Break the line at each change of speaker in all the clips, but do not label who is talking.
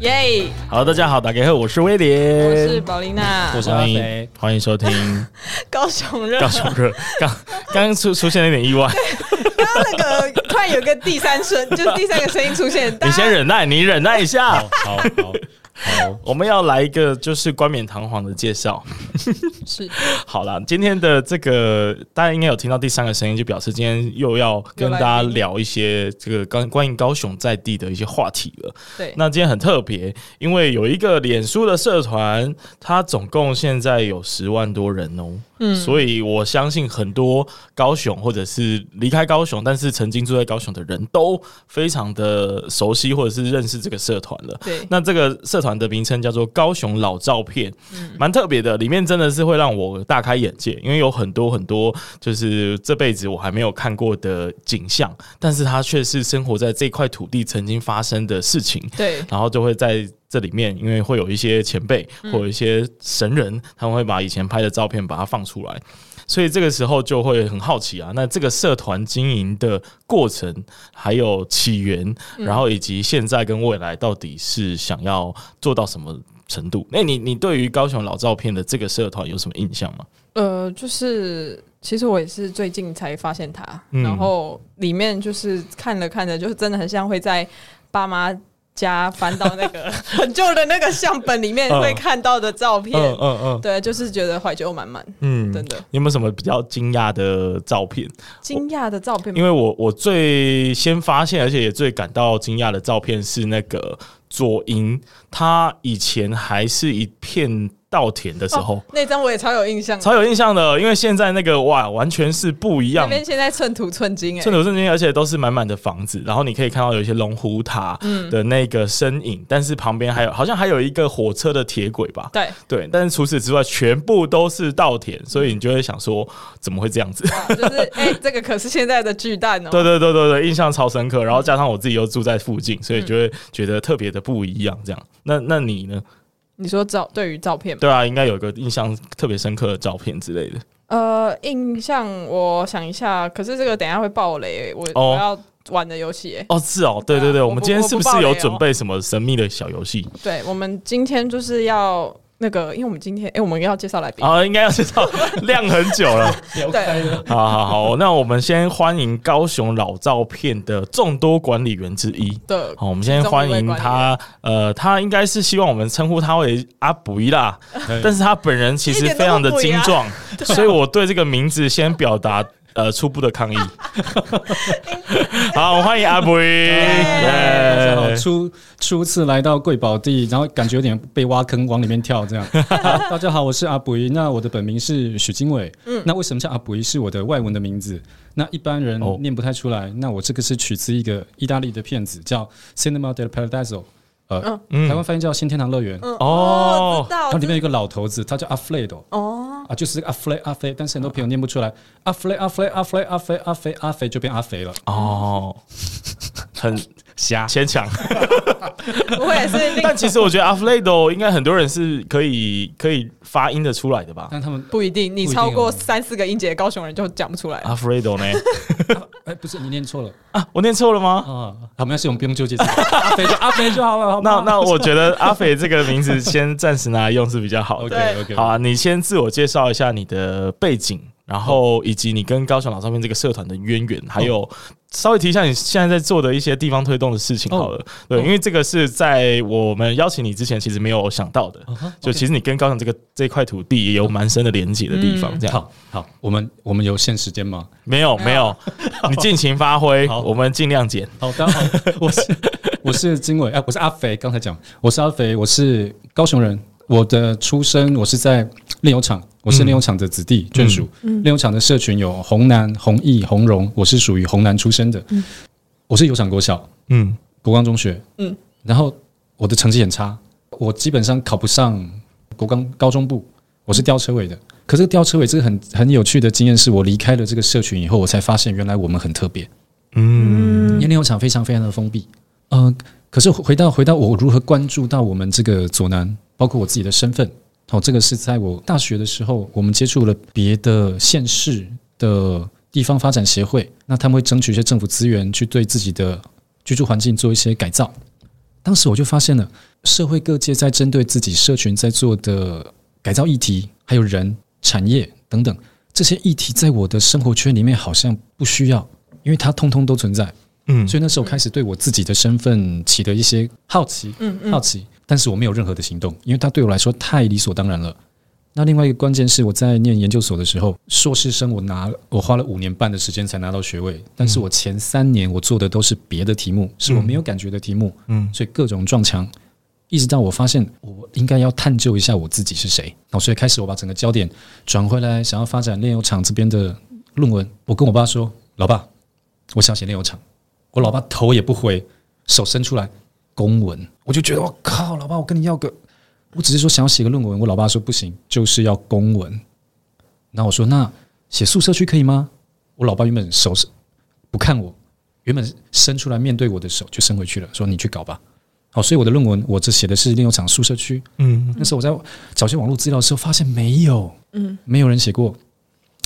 耶！
好，大家好，打给后，我是威廉，
我是宝琳娜，
我是
阿
阿英
肥，
欢迎收听
高 雄人。
高雄热。刚刚刚出出现了一点意外，
刚刚那个突然有个第三 声，就是第三个声音出现。大
你
家
先忍耐，你忍耐一下。
好好好，
我们要来一个就是冠冕堂皇的介绍。
是
好啦，今天的这个大家应该有听到第三个声音，就表示今天又要跟大家聊一些这个关关于高雄在地的一些话题了。
对，
那今天很特别，因为有一个脸书的社团，它总共现在有十万多人哦。嗯，所以我相信很多高雄或者是离开高雄，但是曾经住在高雄的人都非常的熟悉或者是认识这个社团了。
对
那这个社团的名称叫做高雄老照片，蛮、特别的，里面真的是会让我大开眼界，因为有很多很多就是这辈子我还没有看过的景象，但是它却是生活在这块土地曾经发生的事情。
对
然后就会在这里面，因为会有一些前辈
嗯
或有一些神人，他们会把以前拍的照片把它放出来，所以这个时候就会很好奇啊。那这个社团经营的过程，还有起源，
嗯
然后以及现在跟未来到底是想要做到什么程度？那你你对于高雄老照片的这个社团有什么印象吗？
呃，就是其实我也是最近才发现它，
嗯
然后里面就是看了看着，就是真的很像会在爸妈家翻到那 个很旧的那个相本里面
嗯
会看到的照片，
嗯嗯嗯
对，就是觉得怀旧满满，
嗯，
真的
有没有什么比较惊讶的照片？
惊讶的照片吗，
因为我我最先发现，而且也最感到惊讶的照片是那个左营，它以前还是一片稻田的时候，
那张我也超有印象的，
超有印象的。因为现在那个哇，完全是不一
那
样。
边现在寸土寸金哎、
寸土寸金，而且都是满满的房子，然后你可以看到有一些龙虎塔
嗯
的那个身影，但是旁边还有好像还有一个火车的铁轨吧，
对，
对，但是除此之外全部都是稻田，所以你就会想说怎么会这样子？
哇就是哎、 这个可是现在的巨蛋哦、嗯
对对对对对，印象超深刻。然后加上我自己又住在附近，所以就会觉得特别的不一样。这样，那那你呢？
你说照对于照片吗？
对啊，应该有个印象特别深刻的照片之类的。
呃，印象我想一下，可是这个等一下会爆雷、我、
哦
我要玩的游戏、欸。
哦，是哦，对
对
对对，
啊我
我们
不
今天
我
是不
不爆
是有
雷哦
准备什么神秘的小游戏
对，我们今天就是要那个，因为我们今天哎、我们要介绍来宾，
啊？应该要知道晾很久 了。
聊开了，
好好好，那我们先欢迎高雄老照片的众多管理员之一。
的
好，我们先欢迎他。呃，他应该是希望我们称呼他为阿布伊啦，但是他本人其实非常的精壮，
啊
所以我对这个名字先表达呃初步的抗议。好，我们欢迎阿哎布伊。
大家哎好，
耶
初初次来到贵宝地，然后感觉有点被挖坑往里面跳这样。好大家好，我是阿布依，那我的本名是许经纬，那为什么叫阿布依是我的外文的名字？那一般人
哦
念不太出来，那我这个是取自一个意大利的片子叫《Cinema del Paradiso》，呃，台湾翻译叫《新天堂乐园》。
哦
知，道
它里面有一个老头子，他叫阿弗雷多
哦，
啊，就是这个阿弗雷阿菲，但是很多朋友念不出来，阿弗雷阿弗雷阿弗雷阿菲阿菲阿菲就变阿肥了。
哦，很
瞎
牵强。
不会是 另
但其实我觉得阿弗雷多应该很多人是可以可以发音的出来的吧？
但他们
不一定，你
不一定
超过
哦
三四个音节，高雄人就讲不出来了。
阿弗雷多呢？
哎，不是你念错了
啊，我念错了吗？
啊！好，没关系，我们不用 纠结这个。阿肥就阿肥就好了，好
那那我觉得阿肥这个名字先暂时拿来用是比较好的。
OK OK，
好、啊，你先自我介绍一下你的背景，然后以及你跟高雄老照片这个社团的渊源，还有稍微提一下你现在在做的一些地方推动的事
哦
情好了。对，因为这个是在我们邀请你之前其实没有想到的，
哦
就其实你跟高雄这个这块土地也有蛮深的连接的地方。这样、
嗯好好，我们我们有限时间吗？
没有没 有，你尽情发挥，
好
我们尽量剪。
好，大家好， 我是我是经纬，哎、我是阿肥，刚才讲我是阿肥，我是高雄人，我的出身我是在炼油厂，
嗯
我是炼油厂的子弟眷属，炼油厂的社群有红南、红益、红荣，我是属于红南出身的，我是油厂国小、
嗯，
国光中学，
嗯
嗯，然后我的成绩很差，我基本上考不上国光高中部，我是吊车尾的，可是吊车尾这个很很有趣的经验，是我离开了这个社群以后，我才发现原来我们很特别，
嗯，
因为练油场非常非常的封闭。呃，可是回到回到我如何关注到我们这个左南，包括我自己的身份，哦，这个是在我大学的时候，我们接触了别的县市的地方发展协会，那他们会争取一些政府资源去对自己的居住环境做一些改造。当时我就发现了，社会各界在针对自己社群在做的改造议题，还有人、产业等等这些议题，在我的生活圈里面好像不需要，因为它通通都存在。
嗯，
所以那时候开始对我自己的身份起了一些好奇，
嗯嗯
好奇，但是我没有任何的行动，因为它对我来说太理所当然了。那另外一个关键是，我在念研究所的时候，硕士生我拿我花了五年半的时间才拿到学位，但是我前三年我做的都是别的题目，是我没有感觉的题目，
嗯
所以各种撞墙，一直到我发现我应该要探究一下我自己是谁，哦，所以开始我把整个焦点转回来，想要发展炼油厂这边的论文。我跟我爸说：“老爸，我想写炼油厂。”我老爸头也不回，手伸出来，公文。我就觉得我靠，老爸，我跟你要个，我只是说想要写个论文。我老爸说不行，就是要公文。那我说那写宿舍区可以吗？我老爸原本手是不看我，原本伸出来面对我的手就伸回去了，说你去搞吧。好，所以我的论文我这写的是炼油厂宿舍区。
嗯，
那时候我在找些网络资料的时候，发现没有，嗯，没有人写过。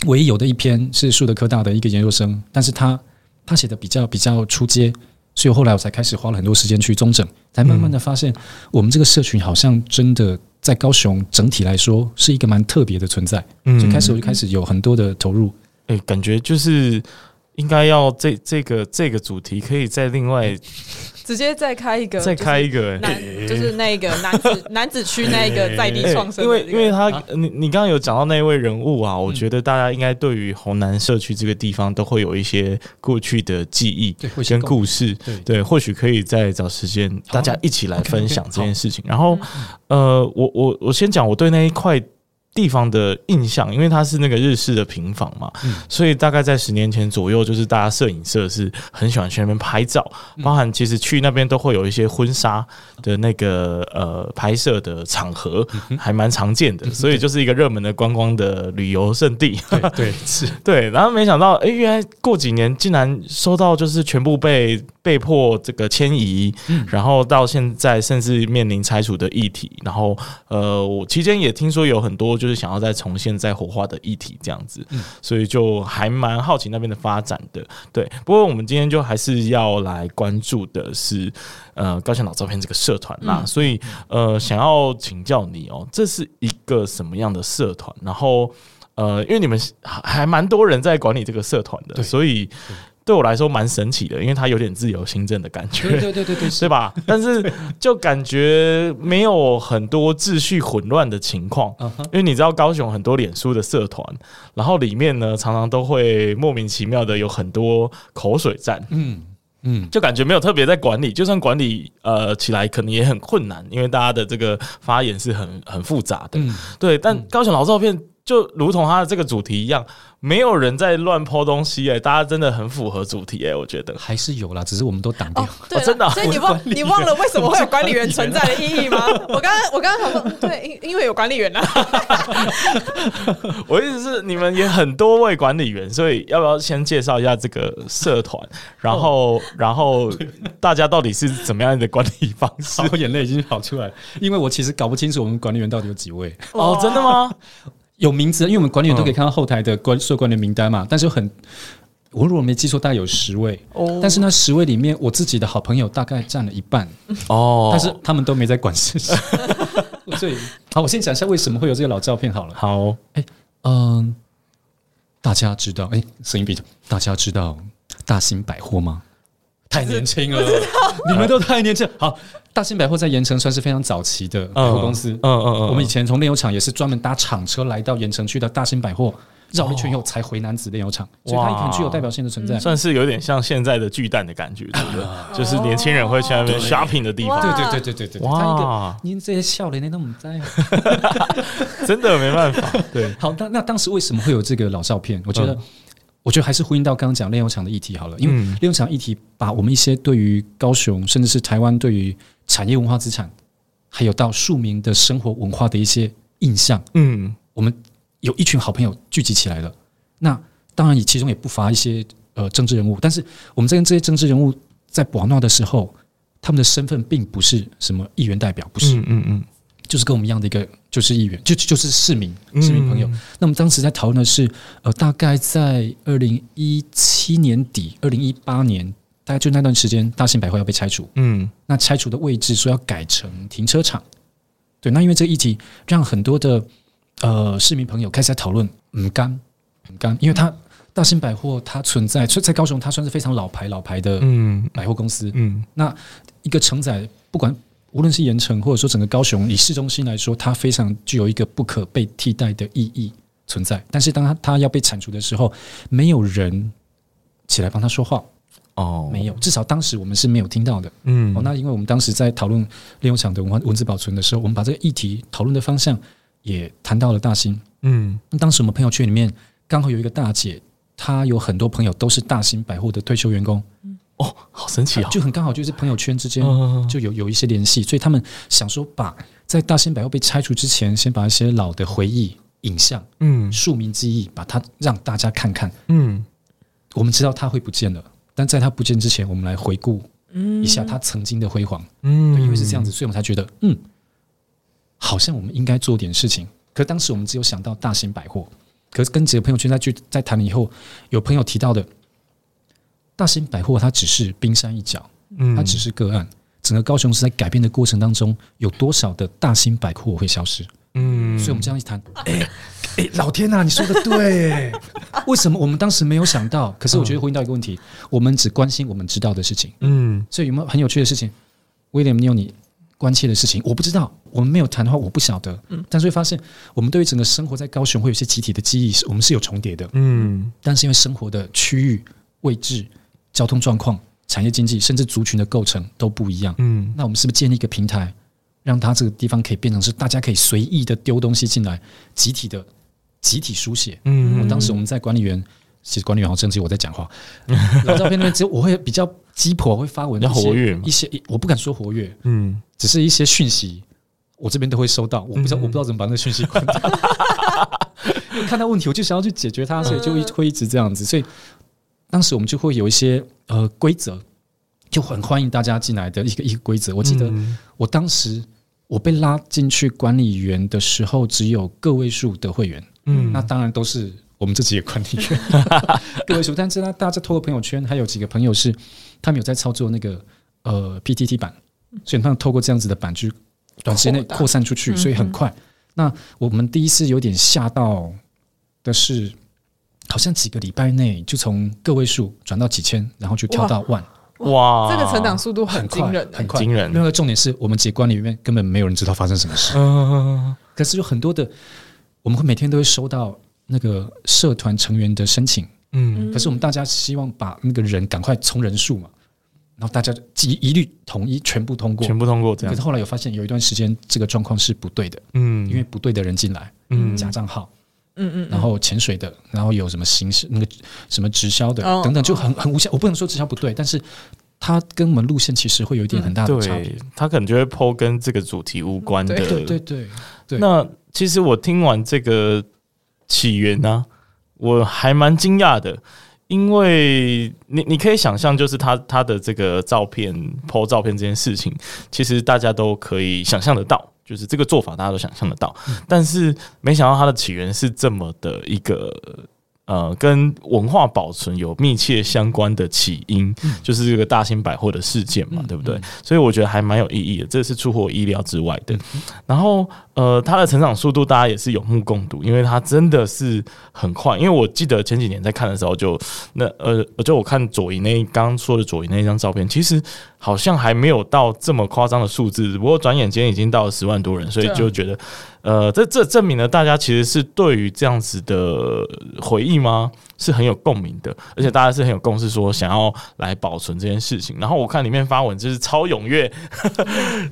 唯一有的一篇是树德科大的一个研究生，但是他他写的比较比较出街，所以后来我才开始花了很多时间去中整，才慢慢的发现我们这个社群好像真的在高雄整体来说是一个蛮特别的存在。
嗯
所以开始我就开始有很多的投入，
哎、感觉就是应该要这这个这个主题可以再另外
直接再开一 个，
再开一个、哎
男就是那个男 子男子区那一个在地
哎
创生
因
的
为
这个，
因为他，
啊
你你刚刚有讲到那一位人物啊，我觉得大家应该对于红南社区这个地方都会有一些过去的记忆
对，会
跟故事，
对
对，或许可以再找时间大家一起来分享
OK，OK，
这件事情。然后，呃，我我我先讲我对那一块地方的印象，因为它是那个日式的平房嘛，
嗯
所以大概在十年前左右，就是大家摄影社是很喜欢去那边拍照，
嗯
包含其实去那边都会有一些婚纱的那个呃拍摄的场合，
嗯
还蛮常见的，所以就是一个热门的观光的旅游胜地。
对对是，
对，然后没想到，哎、原来过几年竟然收到就是全部被被迫这个迁移，嗯然后到现在甚至面临拆除的议题，然后呃，我期间也听说有很多就是想要再重现、再活化的议题这样子，
嗯
所以就还蛮好奇那边的发展的。对，不过我们今天就还是要来关注的是呃高雄老照片这个社团
嗯
啦，所以呃想要请教你哦，这是一个什么样的社团？然后呃，因为你们是还还蛮多人在管理这个社团的，
对
所以对我来说蛮神奇的，因为它有点自由新政的感觉。
对对对对 对是
对吧？ 但是就感觉没有很多秩序混乱的情况，
嗯哼
因为你知道高雄很多脸书的社团，然后里面呢常常都会莫名其妙的有很多口水战，
嗯嗯
就感觉没有特别在管理，就算管理呃起来可能也很困难，因为大家的这个发言是很很复杂的。
嗯
对，但高雄老照片就如同它的这个主题一样，没有人在乱抛东西哎、大家真的很符合主题哎、我觉得。
还是有啦，只是我们都挡掉
哦，，对
哦
啦，
真的啊
所以你
我
忘
是管理员
你忘了为什么会有管理员存在的 意义吗？我刚刚我刚刚想说，嗯对，因因为有管理员啊啦，
我意思是，你们也很多位管理员，所以要不要先介绍一下这个社团？ 然后，然后大家到底是怎么样的管理方式
是？我眼泪已经跑出来了，因为我其实搞不清楚我们管理员到底有几位。
哦，真的吗？
有名字，因为我们管理员
嗯
都可以看到后台的关所有管理名单嘛，但是有很。我如果没记错，大概有十位，
哦
但是那十位里面，我自己的好朋友大概占了一半，
哦
但是他们都没在管 事情。所以，好，我先讲一下为什么会有这个老照片好了。
好，
嗯，大家知道，哎、声音比较，大家知道大兴百货吗？太年轻了，你们都太年轻了。好，大兴百货在盐城算是非常早期的百货公司，
嗯嗯嗯嗯
我们以前从炼油厂也是专门搭厂车来到盐城区的大兴百货，绕了一圈以后才回南子炼油厂，所以它很具有代表性的存在。
算是有点像现在的巨蛋的感觉，对 不对？就是年轻人会去那边 shopping 的地
啊对
方，
对对对对对，
哇
它一个，您这些笑脸，你都不在、 啊。
真的没办 法。对，
好，那那当时为什么会有这个老照片？我觉得，我觉得还是呼应到刚刚讲炼油厂的议题好了，因为
嗯
炼油厂议题把我们一些对于高雄，甚至是台湾对于产业文化资产，还有到庶民的生活文化的一些印象，
嗯
我们有一群好朋友聚集起来了。那当然，也其中也不乏一些呃政治人物，但是我们在跟这些政治人物在博闹的时候，他们的身份并不是什么议员代表，不是，
嗯嗯嗯，
就是跟我们一样的一个就是议员，就就是市民市民朋友。
嗯
那我们当时在讨论的是，呃，大概在二零一七年底、二零一八年，大概就那段时间，大兴百货要被拆除。
嗯
那拆除的位置说要改成停车场，对，那因为这个议题让很多的呃市民朋友开始在讨论嗯干嗯干，因为它大兴百货它存在，所以在高雄它算是非常老牌老牌的
嗯
百货公司，
嗯
一个承载不管无论是盐城或者说整个高雄以市中心来说，它非常具有一个不可被替代的意义存在。但是当它它要被铲除的时候，没有人起来帮他说话，
哦，
没有，至少当时我们是没有听到的。
嗯
哦，那因为我们当时在讨论利用场的文化文字保存的时候，我们把这个议题讨论的方向也谈到了大兴。
嗯
那当时我们朋友圈里面刚好有一个大姐，她有很多朋友都是大兴百货的退休员工，
哦，好神奇哦，
就很刚好啊就是朋友圈之间
嗯
就有有一些联系，所以他们想说把在大兴百货被拆除之前，先把一些老的回忆、影像、
嗯
庶民记忆，把它让大家看看。
嗯
我们知道它会不见了，但在它不见之前，我们来回顾一下它曾经的辉煌。
嗯
对，因为是这样子，所以我们才觉得，嗯，好像我们应该做点事情。可当时我们只有想到大型百货，可是跟几个朋友圈在去在谈了以后，有朋友提到的，大型百货它只是冰山一角，
嗯
它只是个案。整个高雄市在改变的过程当中，有多少的大型百货会消失？
嗯
所以我们这样一谈，哎、哎、老天呐、你说的对耶， 为什么我们当时没有想到？可是我觉得回应到一个问题，我们只关心我们知道的事情。
嗯
所以有没有很有趣的事情？William，你有你关切的事情，我不知道，我们没有谈的话，我不晓得。但是会发现，我们对于整个生活在高雄会有一些集体的记忆，是我们是有重叠的。
嗯
但是因为生活的区域、位置、交通状况、产业经济，甚至族群的构成都不一样。
嗯
那我们是不是建立一个平台，让它这个地方可以变成是大家可以随意的丢东西进来，集体的集体书写？
嗯
我当时我们在管理员，其实管理员好像只有我在 讲话，老照片那边只有我会比较鸡婆，会发文
比较
一些
活跃嘛
一些，一我不敢说活跃，
嗯
只是一些讯息，我这边都会收到，我不知道我不
嗯
知道怎么把那个讯息关 掉。因为看到问题，我就想要去解决它，
嗯
所以就一会一直这样子。所以当时我们就会有一些呃规则，就很欢迎大家进来的一个一个规则。我记得
嗯
我当时我被拉进去管理员的时候，只有个位数的会员。
嗯
那当然都是我们自己的管理员，各位说，但是呢，大家透过朋友圈，还有几个朋友是他们有在操作那个呃 PTT 版，所以他们透过这样子的版去短时间内扩散出去，所以很快。那我们第一次有点吓到的是，好像几个礼拜内就从个位数转到几千，然后就跳到万，
哇
这个成长速度很
快
惊人、
很
欸。
快。
惊人
另外一个重点是我们几个管理员根本没有人知道发生什么事。
嗯
可是有很多的，我们会每天都会收到那个社团成员的申请，
嗯
可是我们大家希望把那个人赶快从人数嘛，然后大家一一律统一全部通过。
全部通过这
可
样
是后来有发现有一段时间这个状况是不对的，
嗯
因为不对的人进来，
嗯
假账号，
嗯嗯，
然后潜水的，然后有什么形式那个什么直销的
哦
等等，就很很无效。我不能说直销不对，但是它跟我们路线其实会有一点很大的差别。
对他可能就会剖跟这个主题无关的
对对对，对
那其实我听完这个起源呢、我还蛮惊讶的，因为你你可以想象，就是他他的这个照片 PO 照片这件事情，其实大家都可以想象得到，就是这个做法大家都想象得到，
嗯
但是没想到它的起源是这么的一个。呃，跟文化保存有密切相关的起因，就是这个大兴百货的事件嘛，
嗯
对不对
嗯？
所以我觉得还蛮有意义的，这是出乎我意料之外的。然后呃，它的成长速度大家也是有目共睹，因为它真的是很快。因为我记得前几年在看的时候就，那呃，就我看左一那刚刚说的左一那张照片，其实好像还没有到这么夸张的数字，只不过转眼间已经到了十万多人，所以
对啊
就觉得呃，这这证明了大家其实是对于这样子的回忆吗？是很有共鸣的，而且大家是很有共识，说想要来保存这件事情。然后我看里面发文就是超踊跃，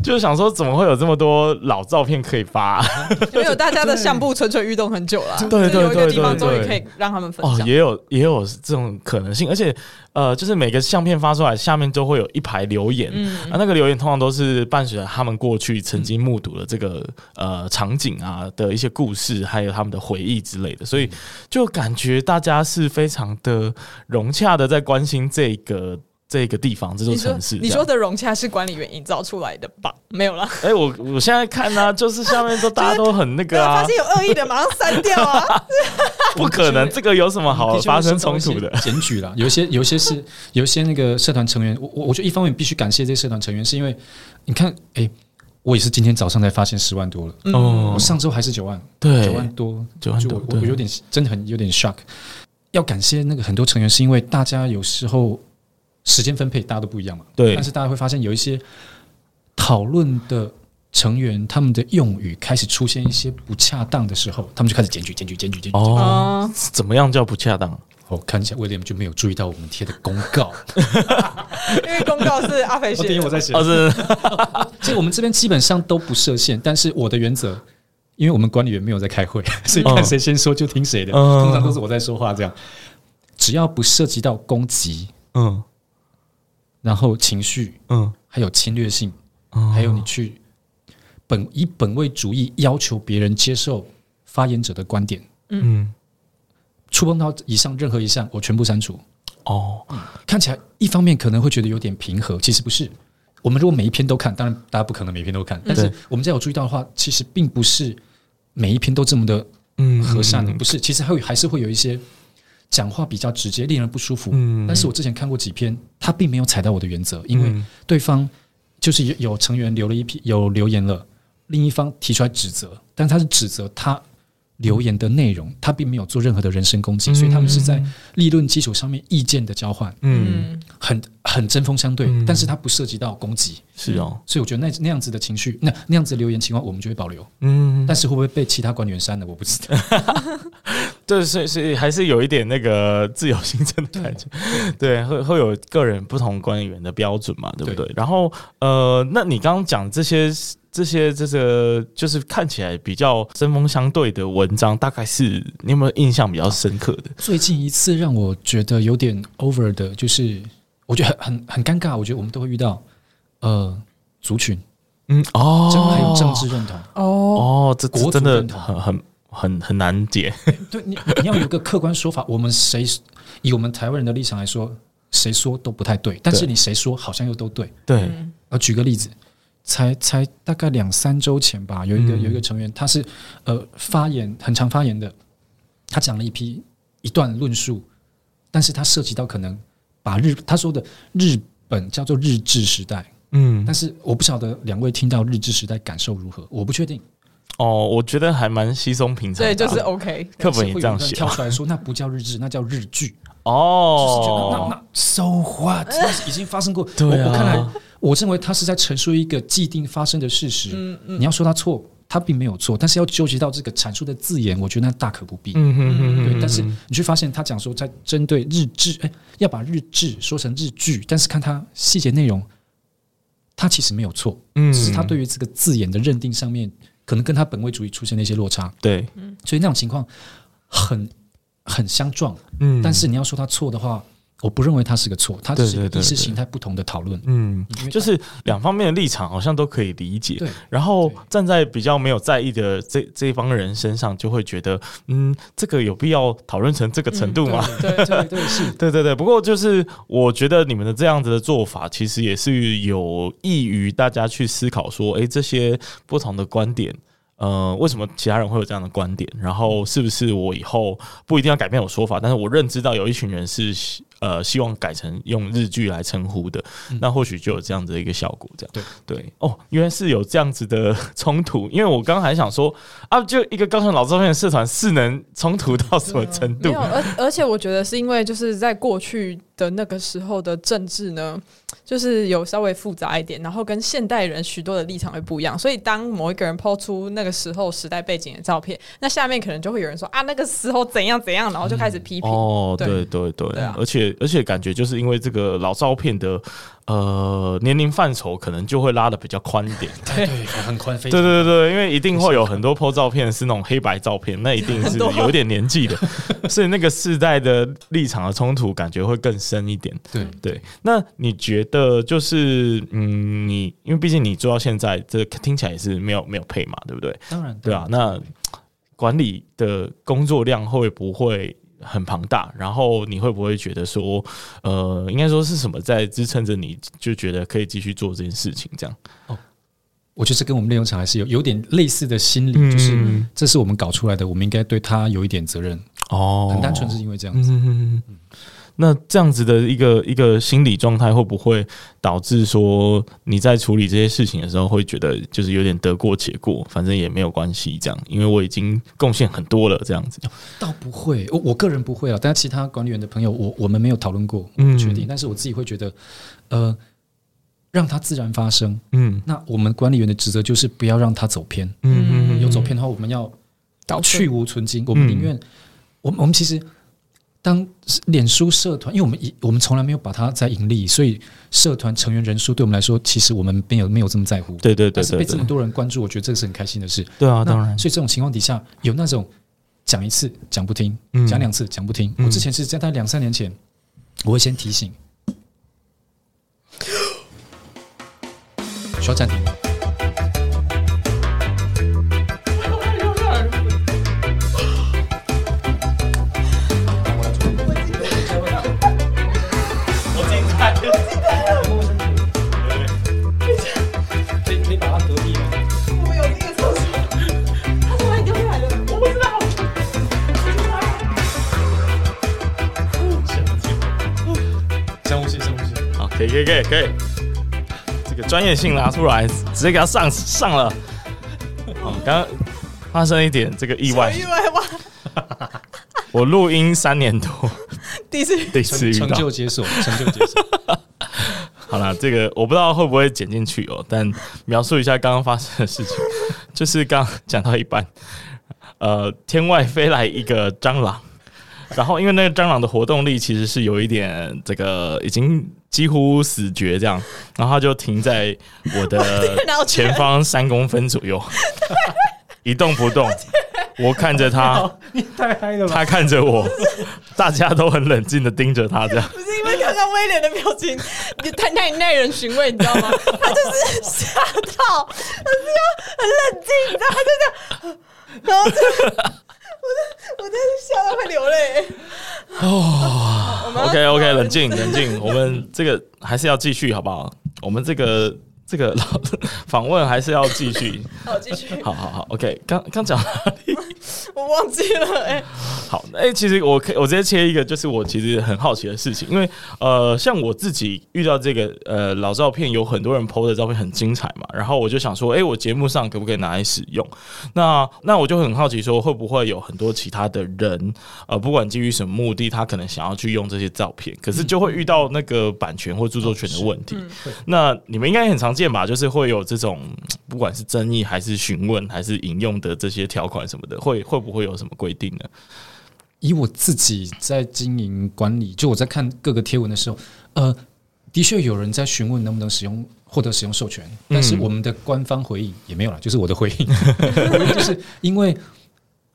就是想说怎么会有这么多老照片可以吧？
没嗯有大家的相簿蠢蠢欲动很久了，
对
就是有
对
一个
对
地方
对
终于
对
可以让他们分
哦，
享。
也有也有这种可能性，而且呃，就是每个相片发出来，下面都会有一排留言，啊，那个留言通常都是伴随着他们过去曾经目睹的这个、呃场景啊的一些故事，还有他们的回忆之类的，所以就感觉大家是非常的融洽的在关心这个。这个地方，这座
你说
城市，
你说的融洽是管理员营造出来的吧？没有啦，
这样，哎、我我现在看呢、啊 就是下面都大家都很那
对
个
啊，
啊
发，现有恶意的马上删掉啊！
不可能，这个有什么好
的确
发
会
生
受到
冲
一
突
些
的？
检举啦，有一些有一些是有一些那个社团成员，我我我觉得一方面必须感谢这些社团成员，是因为你看，哎、我也是今天早上才发现十万多了，
哦
我，上周还是九万，
对
九万多，
九万
就
多
我我
对
我有点真的很有点 shock。要感谢那个很多成员，是因为大家有时候时间分配大家都不一样嘛，
对
但是大家会发现有一些讨论的成员，他们的用语开始出现一些不恰当的时候，他们就开始检举检举检举检 举。
哦，怎么样叫不恰当？
我哦看一下威廉就没有注意到我们贴的公告，
因为公告是阿肥写的，
在写
哦，是
所以我们这边基本上都不设限，但是我的原则，因为我们管理员没有在开会， 所以看谁先说就听谁的，
嗯
通常都是我在说话这样。只要不涉及到攻击，
嗯
然后情绪，
嗯，
还有侵略性，
哦
还有你去本以本位主义要求别人接受发言者的观点，
嗯
触碰到以上任何一项，我全部删除。
哦，
看起来一方面可能会觉得有点平和，其实不是。我们如果每一篇都看，当然大家不可能每一篇都看，但是
对
我们在有注意到的话，其实并不是每一篇都这么的
嗯
和善的，
嗯
不是。其实还有还是会有一些讲话比较直接，令人不舒服。
嗯
但是我之前看过几篇，他并没有踩到我的原则，因为
嗯
对方就是有有成员留了一批有留言了，另一方提出来指责，但他是指责他留言的内容，他并没有做任何的人身攻击，所以他们是在立论基础上面意见的交换。
嗯，
很很针锋相对，
嗯
但是它不涉及到攻击，
是哦，
所以我觉得那那样子的情绪，那那样子的留言情况，我们就会保留。
嗯，
但是会不会被其他官员删呢？我不知道。
对，所以所以还是有一点那个自由行政的感觉， 对，会会有个人不同管理员的标准嘛，对不对？然后呃，那你刚刚讲这些。这些这个就是看起来比较针锋相对的文章，大概是你有没有印象比较深刻的？
最近一次让我觉得有点 over 的，就是我觉得很很很尴尬，我觉得我们都会遇到，呃，族群，
嗯，哦
真的还有政治认同。
哦，
哦，这这
国族
真的
认同
很很很很难解。
对你，你要有一个客观说法。我们谁以我们台湾人的立场来说，谁说都不太对，但是
对
你谁说好像又都对。
对，
啊，举个例子，才才大概两三周前吧，有一个、
嗯
有一个成员，他是呃发言很常发言的，他讲了一批一段论述，但是他涉及到可能把日他说的日本叫做日治时代，
嗯
但，是我不晓得两位听到日治时代感受如何，我不确定。
哦，我觉得还蛮稀松平常的啊，
所以就是 OK，
课本
但是
也
会
这
有
样
人
写
跳
啊
出来说那不叫日治，那叫日剧。就是觉得那
哦，
那 so what，那是已经发生过。
对啊
我我看来，我认为他是在陈述一个既定发生的事实。
嗯
你要说他错，他并没有错，但是要纠结到这个阐述的字眼，我觉得那大可不必。
嗯哼哼
对
哼，
但是你却发现他讲说在针对日志，哎，要把日志说成日剧，但是看他细节内容，他其实没有错，
嗯
只是他对于这个字眼的认定上面，可能跟他本位主义出现了一些落差，
对，
所以那种情况很很相撞。
嗯
但是你要说他错的话，我不认为他是个错，他只
对
是
对对
意识
对
形态不同的讨论。
嗯，
因为
就
他
是两方面的立场好像都可以理解，
对
然后
对
站在比较没有在意的这这一帮人身上，就会觉得，嗯，这个有必要讨论成这个程度吗？
对对对对是，
对对对，不过就是我觉得你们的这样子的做法，其实也是有益于大家去思考说，诶，这些不同的观点，呃，为什么其他人会有这样的观点？然后是不是我以后不一定要改变我说法，但是我认知到有一群人是希呃希望改成用日剧来称呼的，那或许就有这样子的一个效果。这样对哦，原来是有这样子的 冲突，因为我刚刚还想说啊，就一个高雄老照片的社团是能冲突到什么程
嗯没
度
有，？而而且我觉得是因为就是在过去的那个时候的政治呢，就是有稍微复杂一点，然后跟现代人许多的立场会不一样，所以当某一个人抛出那个时候时代背景的照片， 那下面可能就会有人说啊，那个时候怎样怎样，然后就开始批评。
哦，
对
对对对，
对啊
而且而且感觉就是因为这个老照片的呃年龄范畴，可能就会拉的比较宽一 点。
对，很宽，非
对对对对，因为一定会有很多 PO 照片是那种黑白照片，那一定 是有一点年纪的，所以那个世代的立场的冲突感觉会更深一点。
对
对，那你觉得就是嗯，你因为毕竟你做到现在，这听起来也是没有没有配嘛，对不对？
当然
对啊，，那管理的工作量会不会很庞大？然后你会不会觉得说，呃，应该说是什么在支撑着你，就觉得可以继续做这件事情？这样，
我觉得这跟我们内容厂还是有有点类似的心理，就是
嗯
这是我们搞出来的，我们应该对他有一点责任，
哦
很单纯是因为这样。
嗯，那这样子的一个一个心理状态，会不会导致说你在处理这些事情的时候，会觉得就是有点得过且过，反正也没有关系，这样，因为我已经贡献很多了，这样子。
倒不会，我我个人不会啊，但其他管理员的朋友，我我们没有讨论过，我
嗯
不确定，但是我自己会觉得，呃，让它自然发生。
嗯
那我们管理员的职责就是不要让它走偏，
嗯
有走偏的话，我们要
导致
去无存精，我们宁愿，我们我们其实。当脸书社团，因为我们以我们从来没有把它在盈利，所以社团成员人数对我们来说，其实我们没有没有这么在乎。
对对对
但是
对
被这
对
么，多人关注，我觉得这个是很开心的事。
对啊，
那
当然，
所以这种情况底下，有那种讲一次讲不听，
嗯
讲两次讲不听。
嗯
我之前是在大概两三年前，我会先提醒，需要暂停。
我有那个厕所，他从哪里掉下来的？我不知道。
深呼吸，深呼吸。
好，可以可以可以可以，这个专业性拿出来，直接给他上上了。哦，刚刚发生一点这个意外，
意外哇！
我录音三年多
第一次
第一次
成
遇
成
到
就。解锁，成就解锁。
好啦，这个我不知道会不会剪进去哦，但描述一下刚刚发生的事情，就是刚讲到一半，呃，天外飞来一个蟑螂，然后因为那个蟑螂的活动力其实是有一点这个已经几乎死绝这样，然后它就停在我的前方三公分左右，一动不动。我看着它，
你太嗨了！
它看着我，大家都很冷静的盯着它，这样。
不是因为看到威廉的表情， 你太太耐人寻味，你知道 吗？他就是吓到，他是要很冷静，你知道，他就这样， 然后就我在我在笑到快流泪。哦
OK OK，冷静冷静，我们这个还是要继续好不好？我们这个这个老 访问还是要继续，
好，继续，
好好好，OK，刚刚讲
我忘记了，哎、
好，哎、其实我可以我直接切一个，就是我其实很好奇的事情，因为呃，像我自己遇到这个呃老照片，有很多人 PO 的照片很精彩嘛，然后我就想说，哎、我节目上可不可以拿来使用？那那我就很好奇说，会不会有很多其他的人，呃，不管基于什么目的，他可能想要去用这些照片，可是就会遇到那个版权或著作权的问题。那你们应该也很常见吧？就是会有这种，不管是争议还是询问还是引用的这些条款什么的，会会不会有什么规定呢？
以我自己在经营管理，就我在看各个贴文的时候，呃，的确有人在询问能不能使用获得使用授权，但是我们的官方回应也没有啦，就是我的回应， 回应就是因为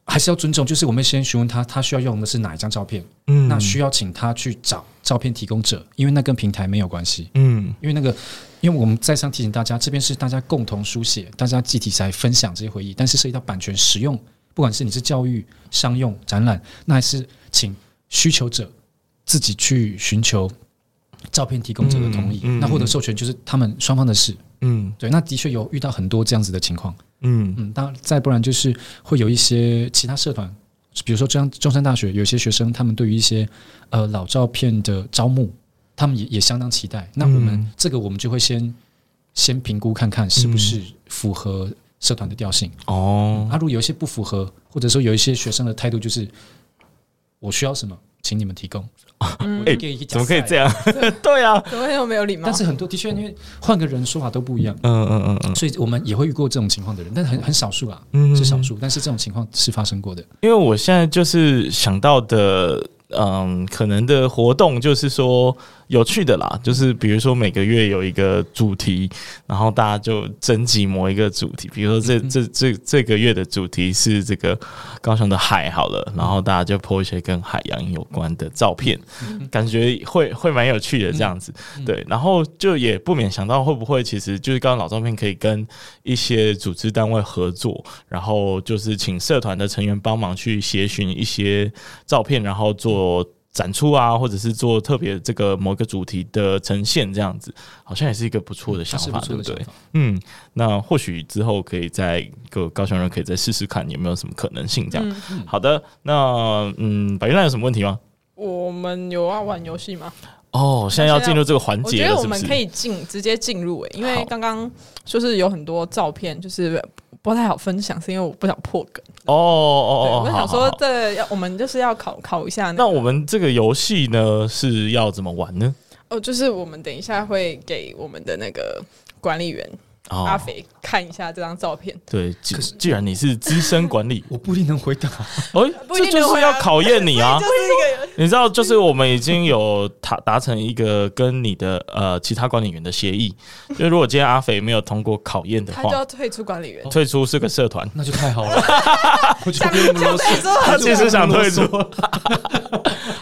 还是要尊重，就是我们先询问他，他需要用的是哪一张照片，
嗯
那需要请他去找照片提供者，因为那跟平台没有关系。
嗯
因为那个，因为我们再三提醒大家，这边是大家共同书写，大家集体来分享这些回忆，但是涉及到版权使用，不管是你是教育、商用、展览，那还是请需求者自己去寻求照片提供者的同意，
嗯嗯
那获得授权就是他们双方的事。
嗯
对，那的确有遇到很多这样子的情况。
嗯
嗯，那再不然就是会有一些其他社团，比如说中中山大学有一些学生，他们对于一些呃老照片的招募，他们也也相当期待。那我们、
嗯
这个我们就会先先评估看看是不是符合社团的调性。
哦
啊，如果有一些不符合，或者说有一些学生的态度就是我需要什么，请你们提供。我
哎
就给一个嗯假
怎么可以
赛
这？样？ 对啊，
怎么会那么没有礼貌？
但是很多的确，因为换个人说法都不一样，
嗯嗯嗯
所以我们也会遇过这种情况的人，但很很少数啊。
嗯
是少。数，但是这种情况是发生过的。
因为我现在就是想到的嗯，可能的活动就是说有趣的啦，就是比如说每个月有一个主题，然后大家就征集某一个主题，比如说
嗯
这这这这个月的主题是这个高雄的海好了，然后大家就 po 一些跟海洋有关的照片，
嗯
感觉会会蛮有趣的这样子，对，然后就也不免想到会不会其实就是刚刚老照片可以跟一些组织单位合作，然后就是请社团的成员帮忙去协寻一些照片，然后做展出啊，或者是做特别这个某个主题的呈现，这样子好像也是一个不错的想
是
法，
不
对
错
不
的想
对？
法。，
嗯，那或许之后可以在个高雄人可以再试试看有没有什么可能性，这样。
嗯
好的，那嗯，白玉兰有什么问题吗？
我们有要玩游戏吗？
哦，现在要进入这个环
我
节
觉得
了，
我
是不
们
是？
可以进直接进入诶、欸因
好
为刚刚就是有很多照片，就是不太好分享，是因为我不想破梗。
哦
对
哦哦，好
我
好
想说
好
这要我们就是要考考一下
那
那
我们这个游戏呢是要怎么玩呢？
哦，就是我们等一下会给我们的那个管理员
哦
阿肥看一下这张照片。
对，既既然你是资深管理
我不一定能回答，
哎、
不一
这
定
就
能
是
回
要
答
考验你 啊！
是一个
你知道，就是我们已经有达达成一个跟你的呃其他管理员的协议，就如果今天阿肥没有通过考验的
他就
话
要，退出管理员。
退出是个社团。
那就太好了。 我就不用那么啰嗦，
他其实想退出
我就不用那么啰嗦，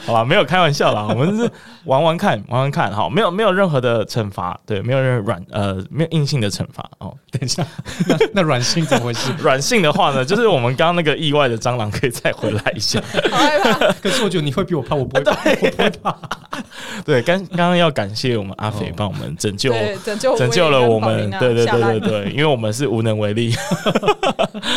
好啦，没有开玩笑啦，我们是玩玩看，玩玩看，好，没有没有任何的惩罚，对，没有任何软呃没有硬性的惩罚 哦。
等一下，那那软性怎么回事？
软性的话呢，就是我们刚刚那个意外的蟑螂可以再回来一下。
好害 哎怕，
可是我觉得你会比我怕，我不会怕，我不会怕。
对，刚刚刚要感谢我们阿肥
哦
帮我们拯救
对，拯救
拯救了我们，
啊
对对对对
对，
对，因为我们是无能为力。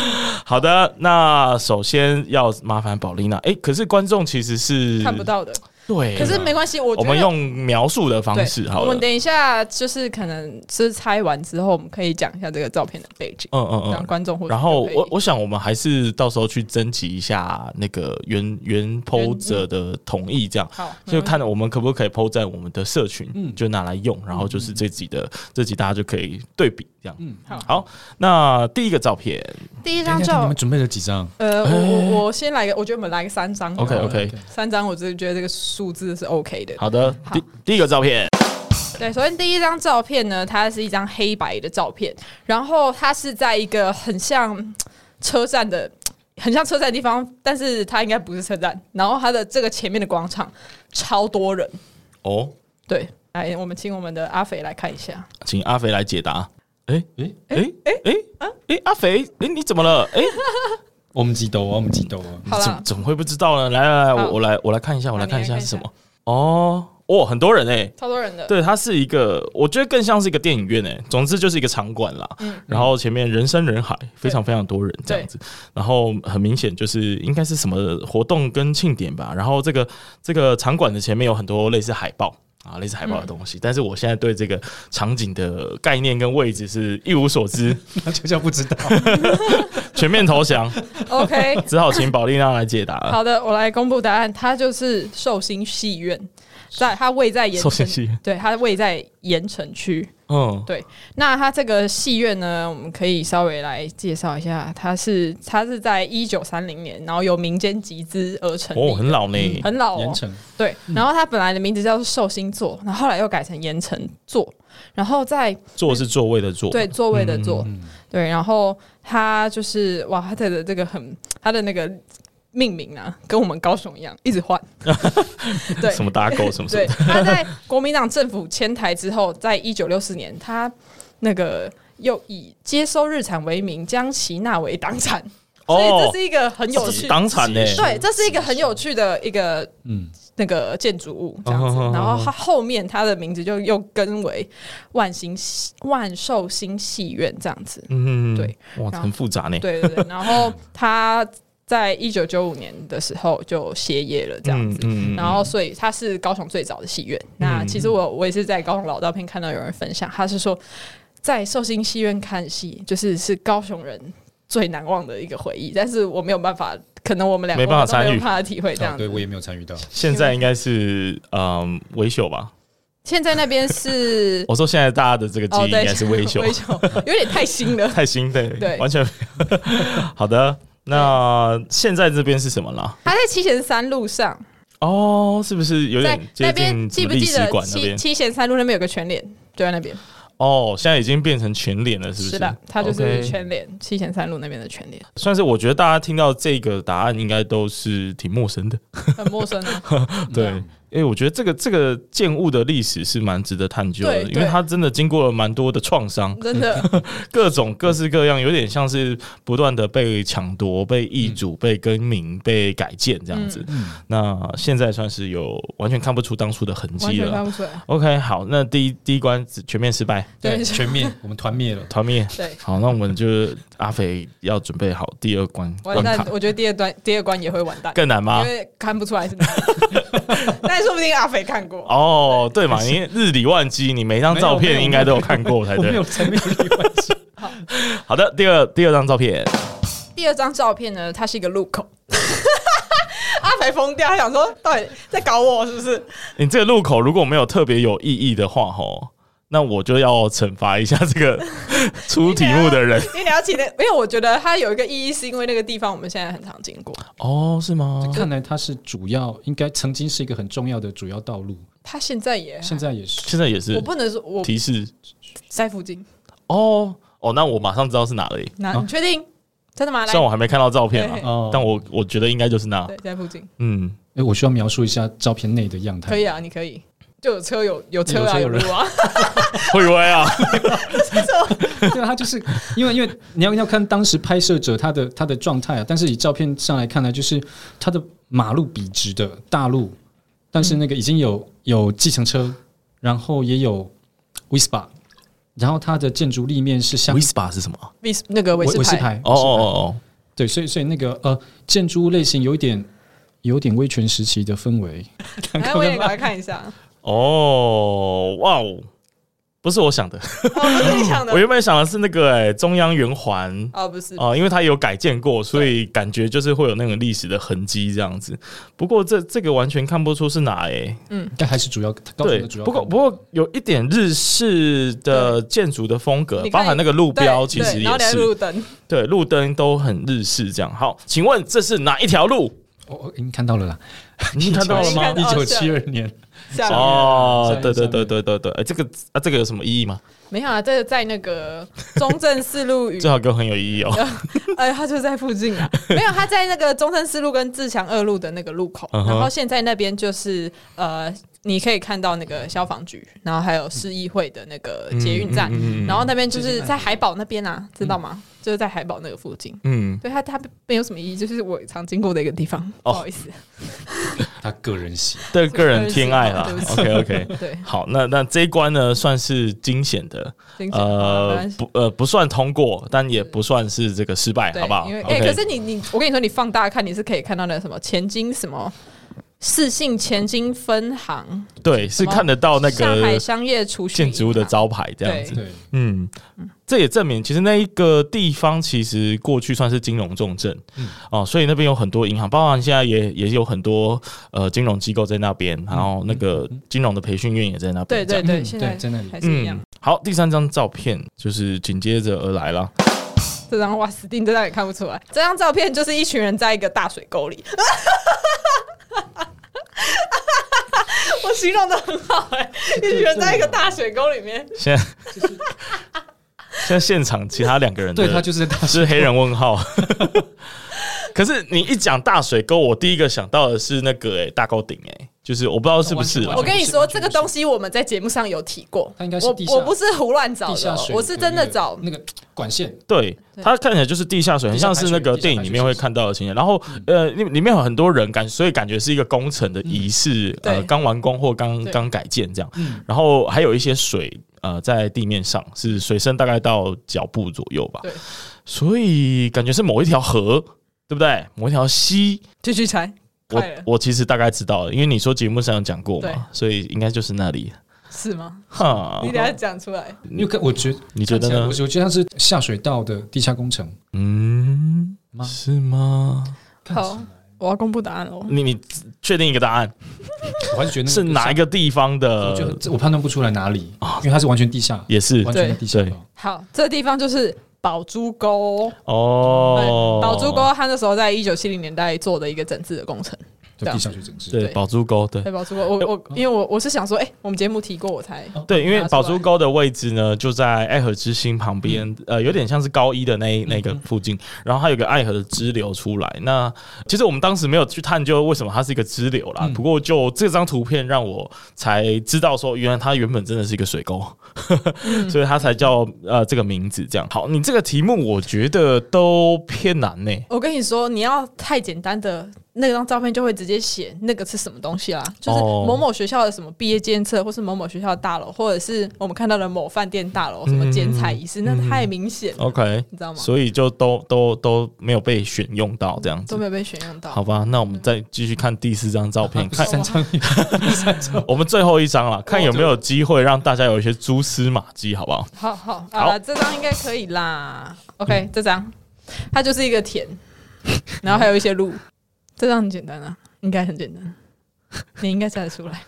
好的，那首先要麻烦宝丽娜，哎，可是观众其实是
看不，到的。
对，
可是没关系，我
哎我
觉
们
得
用描述的方
对
式好
我
了
们，等一下就是可能是猜完之后，我们可以讲一下这个照片的背景，
嗯嗯
让
嗯。
观众或许
然后
就可以
我我想我们还是到时候去征集一下那个原原剖
嗯
者的同意，这样
好
就看我们可不可以 PO 在我们的社群，
嗯
就拿来用，然后就是这集的这集大家就可以对比这样。
嗯，
好
好，那第一个照片
第一
等
张
一下你
照
们，准备了几张？
呃，我我
哎
我先来个，我觉得我们来个三张
，OK
好了
OK，
三张，我就是觉得这个数字是 OK 的。
好的，
好
第第一个照片，
对，首先第一张照片呢，它是一张黑白的照片，然后它是在一个很像嗯车站的。嗯很像车站的地方，但是它应该不是车站。然后它的这个前面的广场超多人，
哦，
对，来，我们请我们的阿肥来看一下。
请阿肥来解答。哎
诶
哎哎
啊
哎哎，阿肥，哎你怎么了？哎，
我们几斗啊，我们几斗啊。
好
怎
啦
么，怎么会不知道呢？来来来，
好
我我来我来看一下，我来
你
看一
来
下
看
是
一
什
下
么。哦哦，很多人哎。
超多人 的，
对，它是一个，我觉得更像是一个电影院哎，总之就是一个场馆啦。
嗯
然后前面人山人海，非常非常多人这样子。然后很明显就是应该是什么活动跟庆典吧。然后这个这个场馆的前面有很多类似海报啊，类似海报的东西。
嗯
但是我现在对这个场景的概念跟位置是一无所知，
那就叫不知 道。
全面投降，
，OK，
只好请宝丽娜来解答了。
好的，我来公布答案，它就是寿星戏院，在它位在盐
寿星
城，
戏院
对，它位在盐城区。
嗯，
那它这个戏院呢，我们可以稍微来介绍一下，它是它是在一九三零年，然后由民间集资而成立
哦，
的
很老呢。
很老
盐
哦，
城
对。然后它本来的名字叫做寿星座，然后后来又改成盐城座，然后在
座是座位的座，
对座位的座，
嗯
嗯
对，然后它就是哇，它的这个很它的那个命名啊，跟我们高雄一样，一直 换，对
什么打狗什么什么
对，
的，
他在国民党政府迁台之后，在一九六四年，他那个又以接收日产为名，将其纳为党产，所以这是一个很有趣。
哦党产呢。
对，这是一个很有趣的一个
嗯，
那个建筑物这样子
哦哦哦哦，
然后它后面它的名字就又更为万兴万寿星戏院这样子，
嗯，
对，
哇，
然后
很复杂呢。
对对对，然后他在一九九五年的时候就歇业了这样子，
嗯嗯嗯嗯
然后所以它是高雄最早的戏院。那其实我我也是在高雄老照片看到有人分享，他是说在寿星戏院看戏，就是是高雄人最难忘的一个回忆，但是我没有办法，可能我们两个
没办法
都没
参
有
与
办法体会这
哦
样
对
子。
我也没有参与到。
现在应该是嗯维修吧。
现在那边是
我说现在大家的这个记
哦，
忆应
对，
该是维修，
维修有点太 新了。
太新对，
对
完全 好的。那现在这边是什么了？
他在七贤三路上，
哦，是不是有
在
点接
那
近
边
什
记
么
不
历
记
史
得
馆那
七
边？
七贤三路那边有个全脸，就在那边。
哦，现在已经变成全脸了，是不
是
是？
的，它就
OK
是全脸七贤三路那边的全脸，
算是我觉得大家听到这个答案应该都是挺陌生的。
很陌生啊。
对，
嗯
因为我觉得这个这个建物的历史是蛮值得探究的，
对
因为
对
它真的经过了蛮多的创伤，
真的，
各种各式各样，有点像是不断的被抢夺、被易主、被更名、被改建这样子。
嗯
那现在算是有完全看不出当初的痕
完
迹
全看
了。
不出 来。
OK，好，那第一第一关只全面失败，
对，
对
全面我们团 灭了。
团灭。
对，
好，那我们就是阿肥要准备好第二关关
完蛋
卡，，
我觉得第二段第二关也会完蛋，
更难吗
因？为看不出来是哪里。 但说不定阿肥看过。
哦，对嘛，因为日理万机，你每张照
没有没
片
有
应该都有看过才
我没
对
有。层面的关系，
好的，第二第二张照片，
第二张照片呢，它是一个路口。 阿肥疯掉，他想说到底在搞我是不是？
你这个路口如果没有特别有意义的话，吼，那我就要惩罚一下这个出题目的人。
因为你要骑那，因为我觉得它有一个意义，是因为那个地方我们现在很常经过，
哦，是吗？
看来它是主要，应该曾经是一个很重要的主要道路，
它现在也
啊
现在也是。
现在也
我
是
不能说我
提示
在附近，
哦哦，那我马上知道是哪里，
那
啊
你确定？真的吗？来
虽然，我还没看到照片
对
嘛，
哦
但我我觉得应该就是那。
对，在附近
嗯，
哎，我需要描述一下照片内的样态。
可以啊，你可以，就有车有有车啊，
有
有
车
路
有
啊，
会不会 啊？
对啊，他就是因为因为你要要看当时拍摄者他的他的状态啊，但是以照片上来看呢，就是他的马路笔直的大路，但是那
嗯
个已经有有计程车，然后也有 Vespa，然后它的建筑立面是像
Vespa 是什么？
维那个维斯
维斯
牌，
牌
哦哦哦
对，所以所以那个呃建筑类型有一点有点威权时期的氛 围，
哎，我也赶快看一下，
哦哦，哇哦，不是我想的，
哦，不是你想的
嗯我，原本想的是那个哎、中央圆环
哦，不是，
哦，因为它有改建过，所以感觉就是会有那种历史的痕迹这样子。不过这这个完全看不出是哪哎、
但还是主要高雄
对
的主，要
不
看法。
过不过有一点日式的建筑的风格，
你看
包含那个路
对
标，其实
对然后
也
你还
是
路灯，
对路灯都很日式这样。好，请问这是哪一条路？
我哦我已经看到了啦，
你看到了
你
吗
看？
一
到
九七二年，
下面
哦，
上面
对对
上
对
面
对对对，哎，这个啊，这个有什么意义吗？
没有啊，这个在那个中正四路与
最好给我很有意义哦。
哎，他就在附近啊，没有，他在那个中山四路跟自强二路的那个路口，
嗯
然
哼
后现在那边就是呃，你可以看到那个消防局，然后还有市议会的那个捷运站，
嗯嗯嗯嗯
然后那边就是在海堡那边啊，知道吗？就是在海堡那个附近。
嗯，
对它，它没有什么意义，就是我常经过的一个地方，
哦
不好意思。
他个人喜欢
对个人偏爱啦
对不。起
OK OK，
对，
好，那那这一关呢，算是惊险的。
经常啊
呃
没关，系
不，呃，不算通过，但也不算是这个失败，
对
好不好
因为哎、
？OK，
可是你你，我跟你说，你放大看，你是可以看到那什么前金什么四信前金分行
对，是看得哦到那
上海
个
商业储蓄
建筑物的
银行
招牌这样
对
子。
对。
嗯，这也证明其实那一个地方其实过去算是金融重镇，
嗯
哦，所以那边有很多银行，包含现在也也有很多呃金融机构在那
嗯
边，然后那个金融的培训院也在那边。
对
这样
对对，
嗯
现
对
在
在那里
还是一样
嗯。，好，第三张照片就是紧接着而来了。
这张哇，死定，这张也看不出来。这张照片就是一群人在一个大水沟里。 我形容的很好哎、一群人在一个大水沟里面，
现在 现在现场其他两个人的
对他就是在大
是黑人问号。 可是你一讲大水沟，我第一个想到的是那个哎、大沟顶哎，就是我不知道是不啊是啦
完
我
全
跟你说，
完全
这个东西我们在节目上有提过。
它应该是
我
地下
我不是胡乱找
地
的
下
哦，
水，
我是真的找。
那个管线，
对，它看起来就是地下水，很像是那个电影里面会看到的情节。然后呃，里里面有很多人感，所以感觉是一个工程的仪式，
嗯
呃，
对
刚完工或刚
对
刚改建这样
嗯。
然后还有一些水。呃，在地面上是水深大概到脚步左右吧
对，
所以感觉是某一条河，对不对？某一条溪，
继续猜，
我
快了
我其实大概知道了，因为你说节目上有讲过
对
嘛，所以应该就是那里。
是吗？
哈
你，等一下讲出来。
因为看我觉得
嗯你觉得
看起来
呢
我？我觉得它是下水道的地下工程，
嗯
吗，
是吗？
好，我要公布答案了哦。
你你确定一个答案
我还是觉得那
是哪一
个
个地方
下？我觉得
的？
这我判断不出来哪里，因为它是完全地下，
也是
完全的地下道
对
好，这地方就是宝珠沟。
哦
对，，宝珠沟，他那时候在一九七零年代做的一个整治的工程，
对，地上学整治。
对，
对
宝珠沟，对哎
对宝珠沟，我我因为我我是想说，哎、我们节目提过，我才
对，因为
拿出
宝珠
来
沟的位置呢，就在爱河之心旁边，
嗯
呃，有点像是高一的那一那个附近，然后它有个爱河的支流出来。那其实我们当时没有去探究为什么它是一个支流啦，
嗯
不过就这张图片让我才知道说，原来它原本真的是一个水沟，
嗯
所以它才叫呃这个名字这样。好，你这个题目我觉得都偏难呢、
我跟你说，你要太简单的那张照片，就会直接写那个是什么东西啦，就是
哦
某某学校的什么毕业监测，或是某某学校的大楼，或者是我们看到的某饭店大楼
嗯
什么剪彩仪式，那太明显了，
OK，
你知道吗？
哦所以就都都都没有被选用到这样
都
子。
没有被选用到。
好吧，那我们再继续看第四张照 片，看
啊三张， 三张。
我们最后一张了，看有没有机会让大家有一些蛛丝马迹，好不好？
好好
好
啊，这张应该可以啦。OK，、这张它就是一个 田，然后还有一些路，这张很简单啊，应该很简单，你应该猜得出来。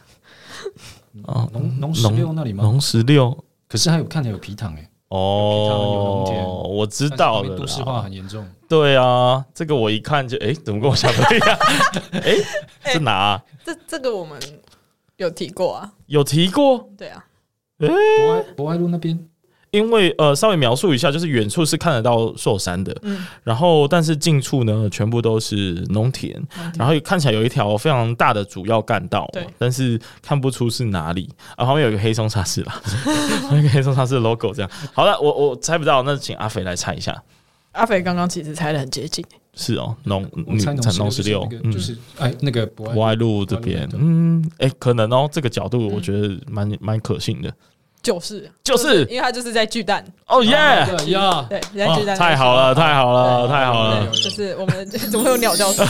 哦
农农十六那里吗？
农十六
可是还有看起来有皮塘哎，有皮塘有农
哦，
田
我知道了
都市
啦。
化很严重。
对啊，这个我一看就哎、怎么跟我想的一 样？哎、这哪啊、
这这个我们有提过啊，
有提过？
对啊，
博爱博爱路那边，
因为呃，稍微描述一下，就是远处是看得到寿山的，
嗯
然后但是近处呢，全部都是农田，然后看起来有一条非常大的主要干道，
对
但是看不出是哪里啊，旁边有一个黑松沙士啦，有一个黑松沙士的 logo 这样。好了，我我猜不到，那请阿肥来猜一下，
阿肥刚刚其实猜的很接近，
是哦，农
我猜
嗯
农
十
六
六，嗯
就是那个，就是哎那个博爱路
博爱路这边，
博爱路
嗯，哎、可能哦，这个角度我觉得蛮蛮可信的，
就是
就是
因为他就是在巨蛋，
哦耶。
对呀，
对，在
哦
巨蛋、
太好了，太好了，太好
对，
了！
就是我们 怎么会有鸟叫声？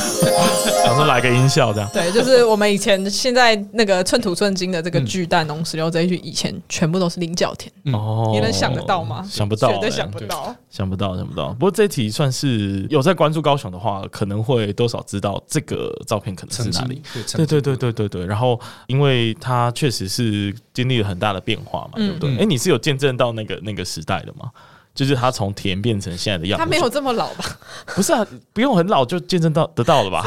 想说来个音效这样。
对，就是我们以前现在那个寸土寸金的这个巨蛋农十六这一区，以前全部都是菱角田，
嗯
哦，
你能想得到吗？
想不到、
绝对
欸
想不到。
想不到，想不到。不过这一题算是有在关注高雄的话，可能会多少知道这个照片可能是
曾
哪
经
里。对
对
对对对对对。然后，因为它确实是经历了很大的变化嘛，
嗯
对不对？哎、
嗯
你是有见证到那个那个时代的吗？就是它从田变成现在的样子。
他没有，这么老吧？
不是啊，不用很老就见证到得到了吧？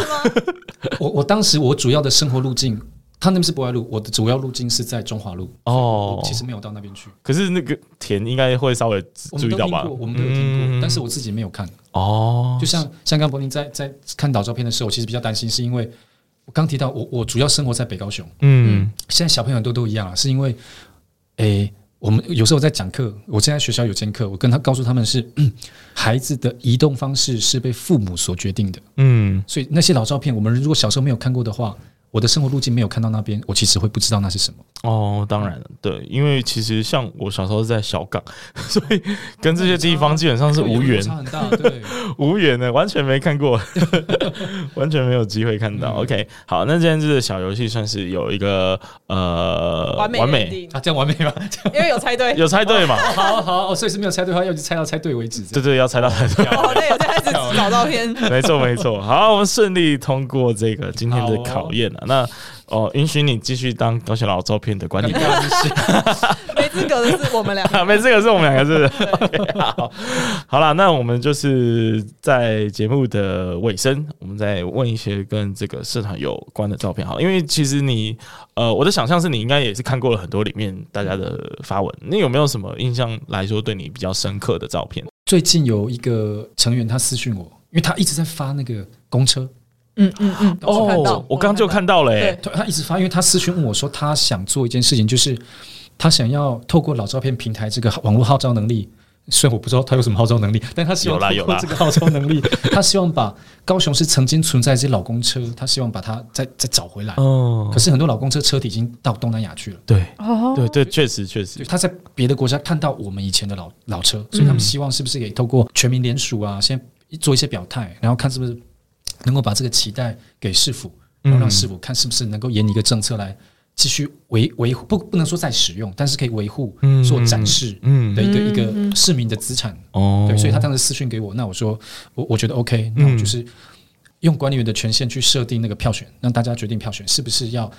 我我当时我主要的生活路径，他那边是博爱路，我的主要路径是在中华路。
哦
我，其实没有到那边去，
可是那个田应该会稍微
我
注
们
意
都
到
听
吧嗯
过，？我们都有听过，但是我自己没有看。
哦，
就像像刚刚柏林在在看岛照片的时候，我其实比较担心，是因为我刚提到我我主要生活在北高雄，
嗯
现在小朋友都都一样啊，是因为，诶、我们有时候在讲课，我现在学校有兼课，我跟他告诉他们是，孩子的移动方式是被父母所决定的，
嗯，
所以那些老照片，我们如果小时候没有看过的话，我的生活路径没有看到那边，我其实会不知道那是什么。
哦，当然了，对，因为其实像我小时候是在小港， 所以跟这些地方基本上
哦
是无缘
差
哦
很大，对，
无缘的，完全没看过， 完全没有机会看到。OK，好，
嗯
那今天这个小游戏算是有一个呃
完美 ending，
啊，这样完美吗？
因为有猜对，
有猜对嘛？
好好，哦，所以是没有猜对的话，要一直猜到猜对为 止。
对对，要猜到猜对，
哦，对，我在 开始找照片。
没错没错。好，我们顺利通过这个今天的考验了、那哦，允许你继续当高雄老照片的管理员。
没资格的是我们俩。
啊， 没这个是我们两个是 不是 OK，好，好了，那我们就是在节目的尾声，我们再问一些跟这个社团有关的照片好了，因为其实你呃，我的想象是你应该也是看过了很多里面大家的发文，你有没有什么印象来说对你比较深刻的照片？
最近有一个呃成员他私讯我，因为他一直在发那个公车，
嗯嗯嗯，我看到，
哦我刚就看到了、欸，
他他一直发，因为他私讯问我说，他想做一件事情，就是他想要透过老照片平台这个网络号召能力。虽然我不知道他有什么号召能力，但他希望
有啦有
透过
啦
这个号召能力， 他希望把高雄市曾经存在这些老公车，他希望把它再再找回来。
嗯
可，是很多老公车车体已经到东南亚去了，
对
哦，
对对，确实确
对，
实，
他在别的国家看到我们以前的老老车，所以
嗯
他们希望是不是也透过全民联署啊，先做一些表态，然后看是不是能够把这个期待给市府，
嗯
然后让市府看是不是能够沿一个政策来继续维维护，不不能说再使用，但是可以维护
嗯
做展示
嗯
的一个一个市民的资产。
哦嗯
对，所以他当时私讯给我，那我说我我觉得 OK，那我就是用管理员的权限去设定那个票选，让大家决定票选是不是要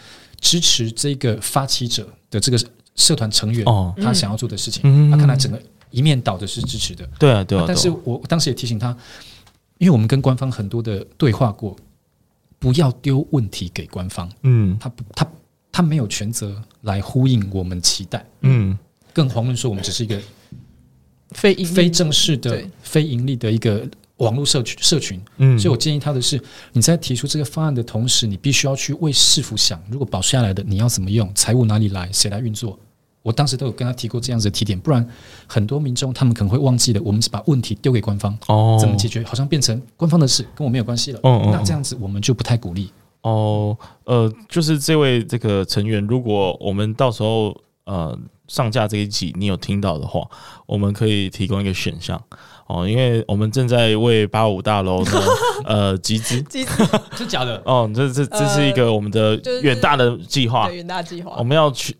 支持这个发起者的这个社团成员
哦
他想要做的事情。
嗯
那看来整个一面倒的是支持的，
对啊对啊，
但是
对啊
我当时也提醒他，因为我们跟官方很多的对话过，不要丢问题给官方，
嗯
他不他他没有权责来呼应我们期待，
嗯
更遑论说我们只是一个
非盈利
非正式的
对、
非盈利的一个网络社群社群。
嗯，
所以我建议他的是，你在提出这个方案的同时，你必须要去为市府想，如果保下来的你要怎么用，财务哪里来，谁来运作。我当时都有跟他提过这样子的提点，不然很多民众他们可能会忘记了，我们是把问题丢给官方，
哦
怎么解决，好像变成官方的事，跟我没有关系了。
嗯嗯
那这
嗯
样子我们就不太鼓励。
哦，呃，就是这位这个成员，如果我们到时候呃上架这一集你有听到的话，我们可以提供一个选项哦，因为我们正在为八五大楼呢呃集资
集资
是假的？
哦，这这这是一个我们的
就是
远大的计划，
的远大计划
我们要去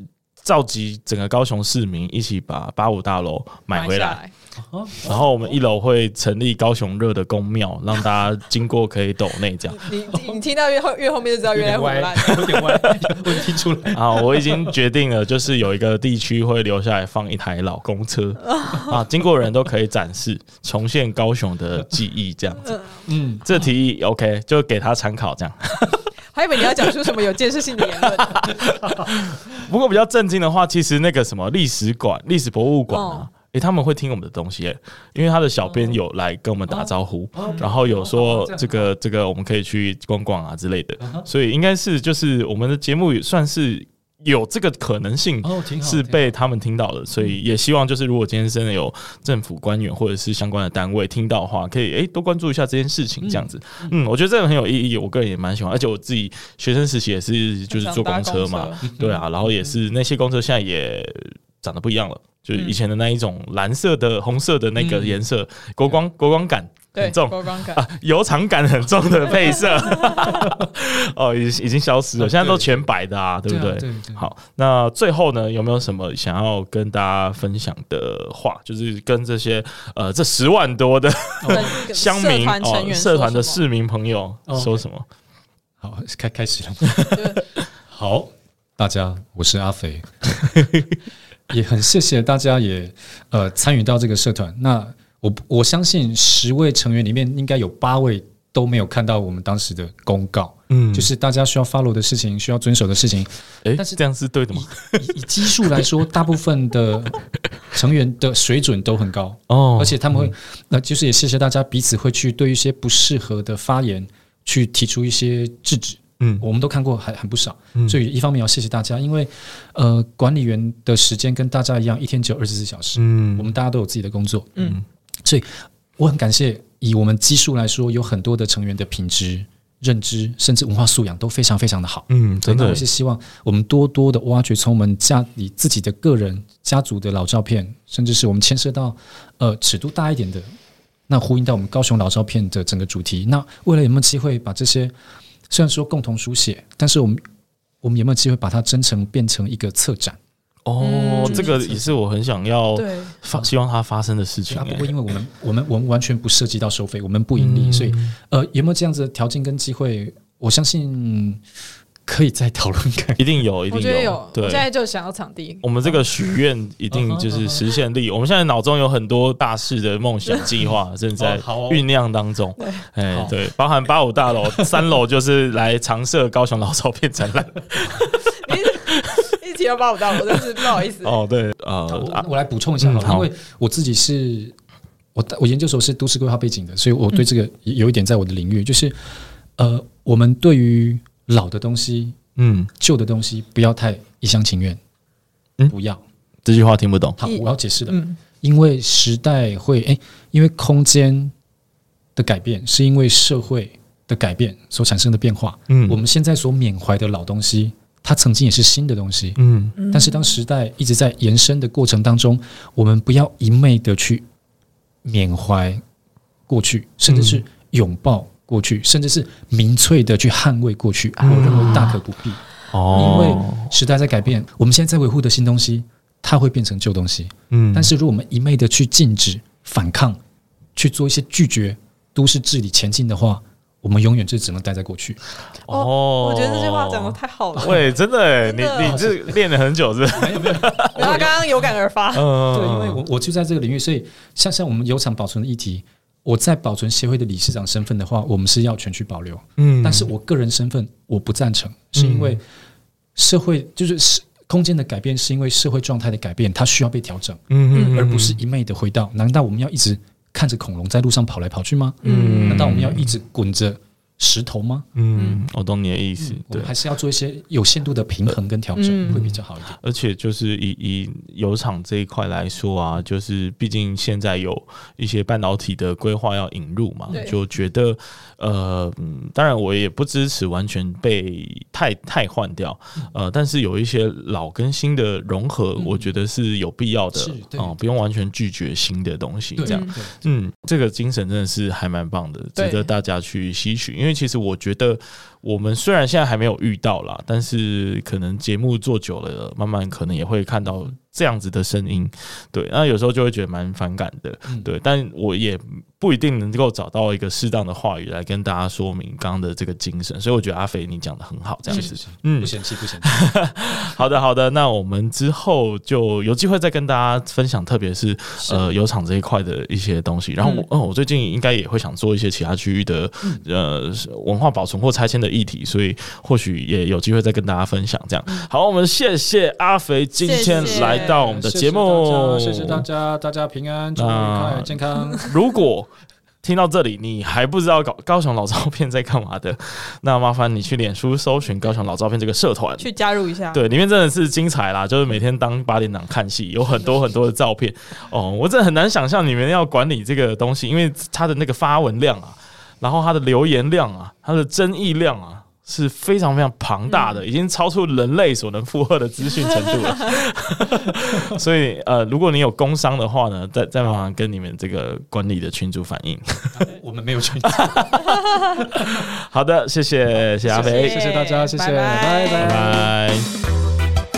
召集整个高雄市民一起把八五大楼买回
下
来。
来，
然后我们一楼会成立高雄热的公庙，让大家经过可以抖内这样。
你你你听到越后越后面就知道越来越 胡烂。
有点歪，我听出来。
啊，我已经决定了，就是有一个地区会留下来放一台老公车啊，经过的人都可以展示，重现高雄的记忆这样子。
嗯，
这提议 OK，就给他参考这样。
还以为你要讲出什么有建设性的言论，
不过比较震惊的话，其实那个什么历史馆、历史博物馆啊
哦。
诶、他们会听我们的东西、诶因为他的小编有来跟我们打招呼，
哦
然后有说这个这个我们可以去逛逛啊之类的，
哦
所以应该是就是我们的节目也算是有这个可能性
哦，嗯挺好，
是
挺好
被他们听到的，所以也希望就是如果今天真的有政府官员或者是相关的单位听到的话，可以诶、多关注一下这件事情，这样子。嗯，我觉得这个很有意义，我个人也蛮喜欢，而且我自己学生时期也是 就是坐公车嘛，，对啊，然后也是那些公车现在也长得不一样了。就是以前的那一种蓝色的、红色的那个
嗯
颜色， 国光国光感
对
很，重，
高光感。
啊，油厂感很重的配 色，哦，已已经消失了，
啊
现在都
对
全白的啊，对不
对啊
对？
对对
好，那最后呢，有没有什么想要跟大家分享的话？就是跟这些呃，这十万多 的
跟
乡民
社团成
哦，
员、
社团的，市民朋友
哦
说什么？
好，开开始了。 好，大家，我是阿肥， 也很谢谢大家也呃参与到这个社团。那我我相信十位成员里面应该有八位都没有看到我们当时的公告，
嗯
就是大家需要 follow 的事情，需要遵守的事情。
哎，
但是
这样是对的吗？
以以基数来说，大部分的成员的水准都很高。
哦
而且他们会，那就是也谢谢大家彼此会去对一些不适合的发言去提出一些制止。
嗯
我们都看过还很不少，
嗯
所以一方面要谢谢大家，因为呃，管理员的时间跟大家一样，一天只有二十四小时，我
嗯
们大家都有自己的工作，
嗯，
所以我很感谢以我们基数来说，有很多的成员的品质、认知，甚至文化素养都非常非常的好。
嗯，真
所以那
的
我是希望我们多多的挖掘从我们家里自己的个人、家族的老照片，甚至是我们牵涉到呃尺度大一点的，那呼应到我们高雄老照片的整个主题。那未来有没有机会把这些虽然说共同书写，但是我们我们有没有机会把它真诚变成一个策展？
哦，
嗯
这个也是我很想要
对，
发希望它发生的事情
啊，不
欸。
过因为我们我们我们完全不涉及到收费，我们不盈
嗯
利，所以呃有没有这样子的条件跟机会，我相信可以再讨论看。
一定有，一
我
定
觉得有，
有，
我现
对。哦
在就想要场地，
我们这个许愿一定就是实现力。我们现在脑中有很多大事的梦想计划正在
哦好哦
酝酿当中。哎
好，
对，包含八五大楼、三楼就是来常设高雄老照片展览。
一提要把我到，我真是不好意 思。
哦，对，
好
呃，
我
啊
我来补充一下
嗯
好了，
好
因为我自己是我我研究所是都市规划背景的，所以我对这
嗯
个有有一点在我的领域，就是呃，我们对于老的东西、
嗯，
旧的东西，不要太一厢情愿，
嗯
不要。
这句话听不懂。
好，
一
我要解释的，
嗯，
因为时代会诶，因为空间的改变，是因为社会的改变所产生的变化。
嗯
我们现在所缅怀的老东西，它曾经也是新的东西，
嗯
但是当时代一直在延伸的过程当中，我们不要一昧的去缅怀过去，甚至
嗯
是拥抱过去，甚至是民粹的去捍卫过去。
啊
我认为大可不必，因为
哦，
时代在改变，我们现在在维护的新东西，它会变成旧东西。
嗯
但是如果我们一昧的去禁止、反抗，去做一些拒绝都市治理前进的话，我们永远就只能待在过 去。
哦
我觉得这句话讲的太好了，
喂，真的哎，你
真的
你这练了很久 是不是？
然后他刚刚有感而发，
嗯，
对，因为我我就在这个领域，所以像像我们油厂保存的议题，我在保存协会的理事长身份的话，我们是要全区保留。
嗯
但是我个人身份我不赞成，是因为社会就是是空间的改变，是因为社会状态的改变，它需要被调整，
嗯
而不是一昧的回到。难道我们要一直看着恐龙在路上跑来跑去吗？
嗯
难道我们要一直滚着石头吗？
嗯，我懂你的意思，
我
对
们。还是要做一些有限度的平衡跟调整，
嗯
会比较好一点。
而且就是以以油厂这一块来说啊，就是毕竟现在有一些半导体的规划要引入嘛
对，
就觉得呃，嗯，当然我也不支持完全被太太换掉，
嗯
呃，但是有一些老跟新的融合，我觉得是有必要的
是对
哦、不用完全拒绝新的东西
对，
这样。
对
嗯，这个精神真的是还蛮棒的，值
对
得大家去吸取。因为其实我觉得，我们虽然现在还没有遇到啦，但是可能节目做久了，慢慢可能也会看到这样子的声音。对，那有时候就会觉得蛮反感的。
嗯
对，但我也不一定能够找到一个适当的话语来跟大家说明刚刚的这个精神，所以我觉得阿肥你讲的很好，这样
是
子
是。是，
嗯
不，嫌弃不嫌弃。
好的，好的，那我们之后就有机会再跟大家分享，特别是呃油厂这一块的一些东西。然后我，嗯、我最近应该也会想做一些其他区域的、
嗯
呃文化保存或拆迁的议题，所以或许也有机会再跟大家分享。这样，
嗯
好，我们谢谢阿肥今天
谢谢
来到我们的节目，啊
谢谢大家，大家平安，祝
祝
你
你愉
愉
快
快健 康。
如果听到这里，你还不知道高高雄老照片在干嘛的，那麻烦你去脸书搜寻高雄老照片这个社团，
去加入一下。
对，里面真的是精彩啦，就是每天当八点档看戏，
嗯
有很多很多的照片哦，我真的很难想象你们要管理这个东西，因为它的那个发文量啊，然后它的留言量啊，它的争议量啊。是非常非常庞大
嗯
的，已经超出人类所能负荷的资讯程度了。 所以，呃，如果你有工伤的话呢，再再麻烦跟你们这个管理的群主反映。
我们没有去，
好的，谢谢，谢谢阿
谢
飞，
谢谢大家，谢谢，
拜拜
拜
拜
拜。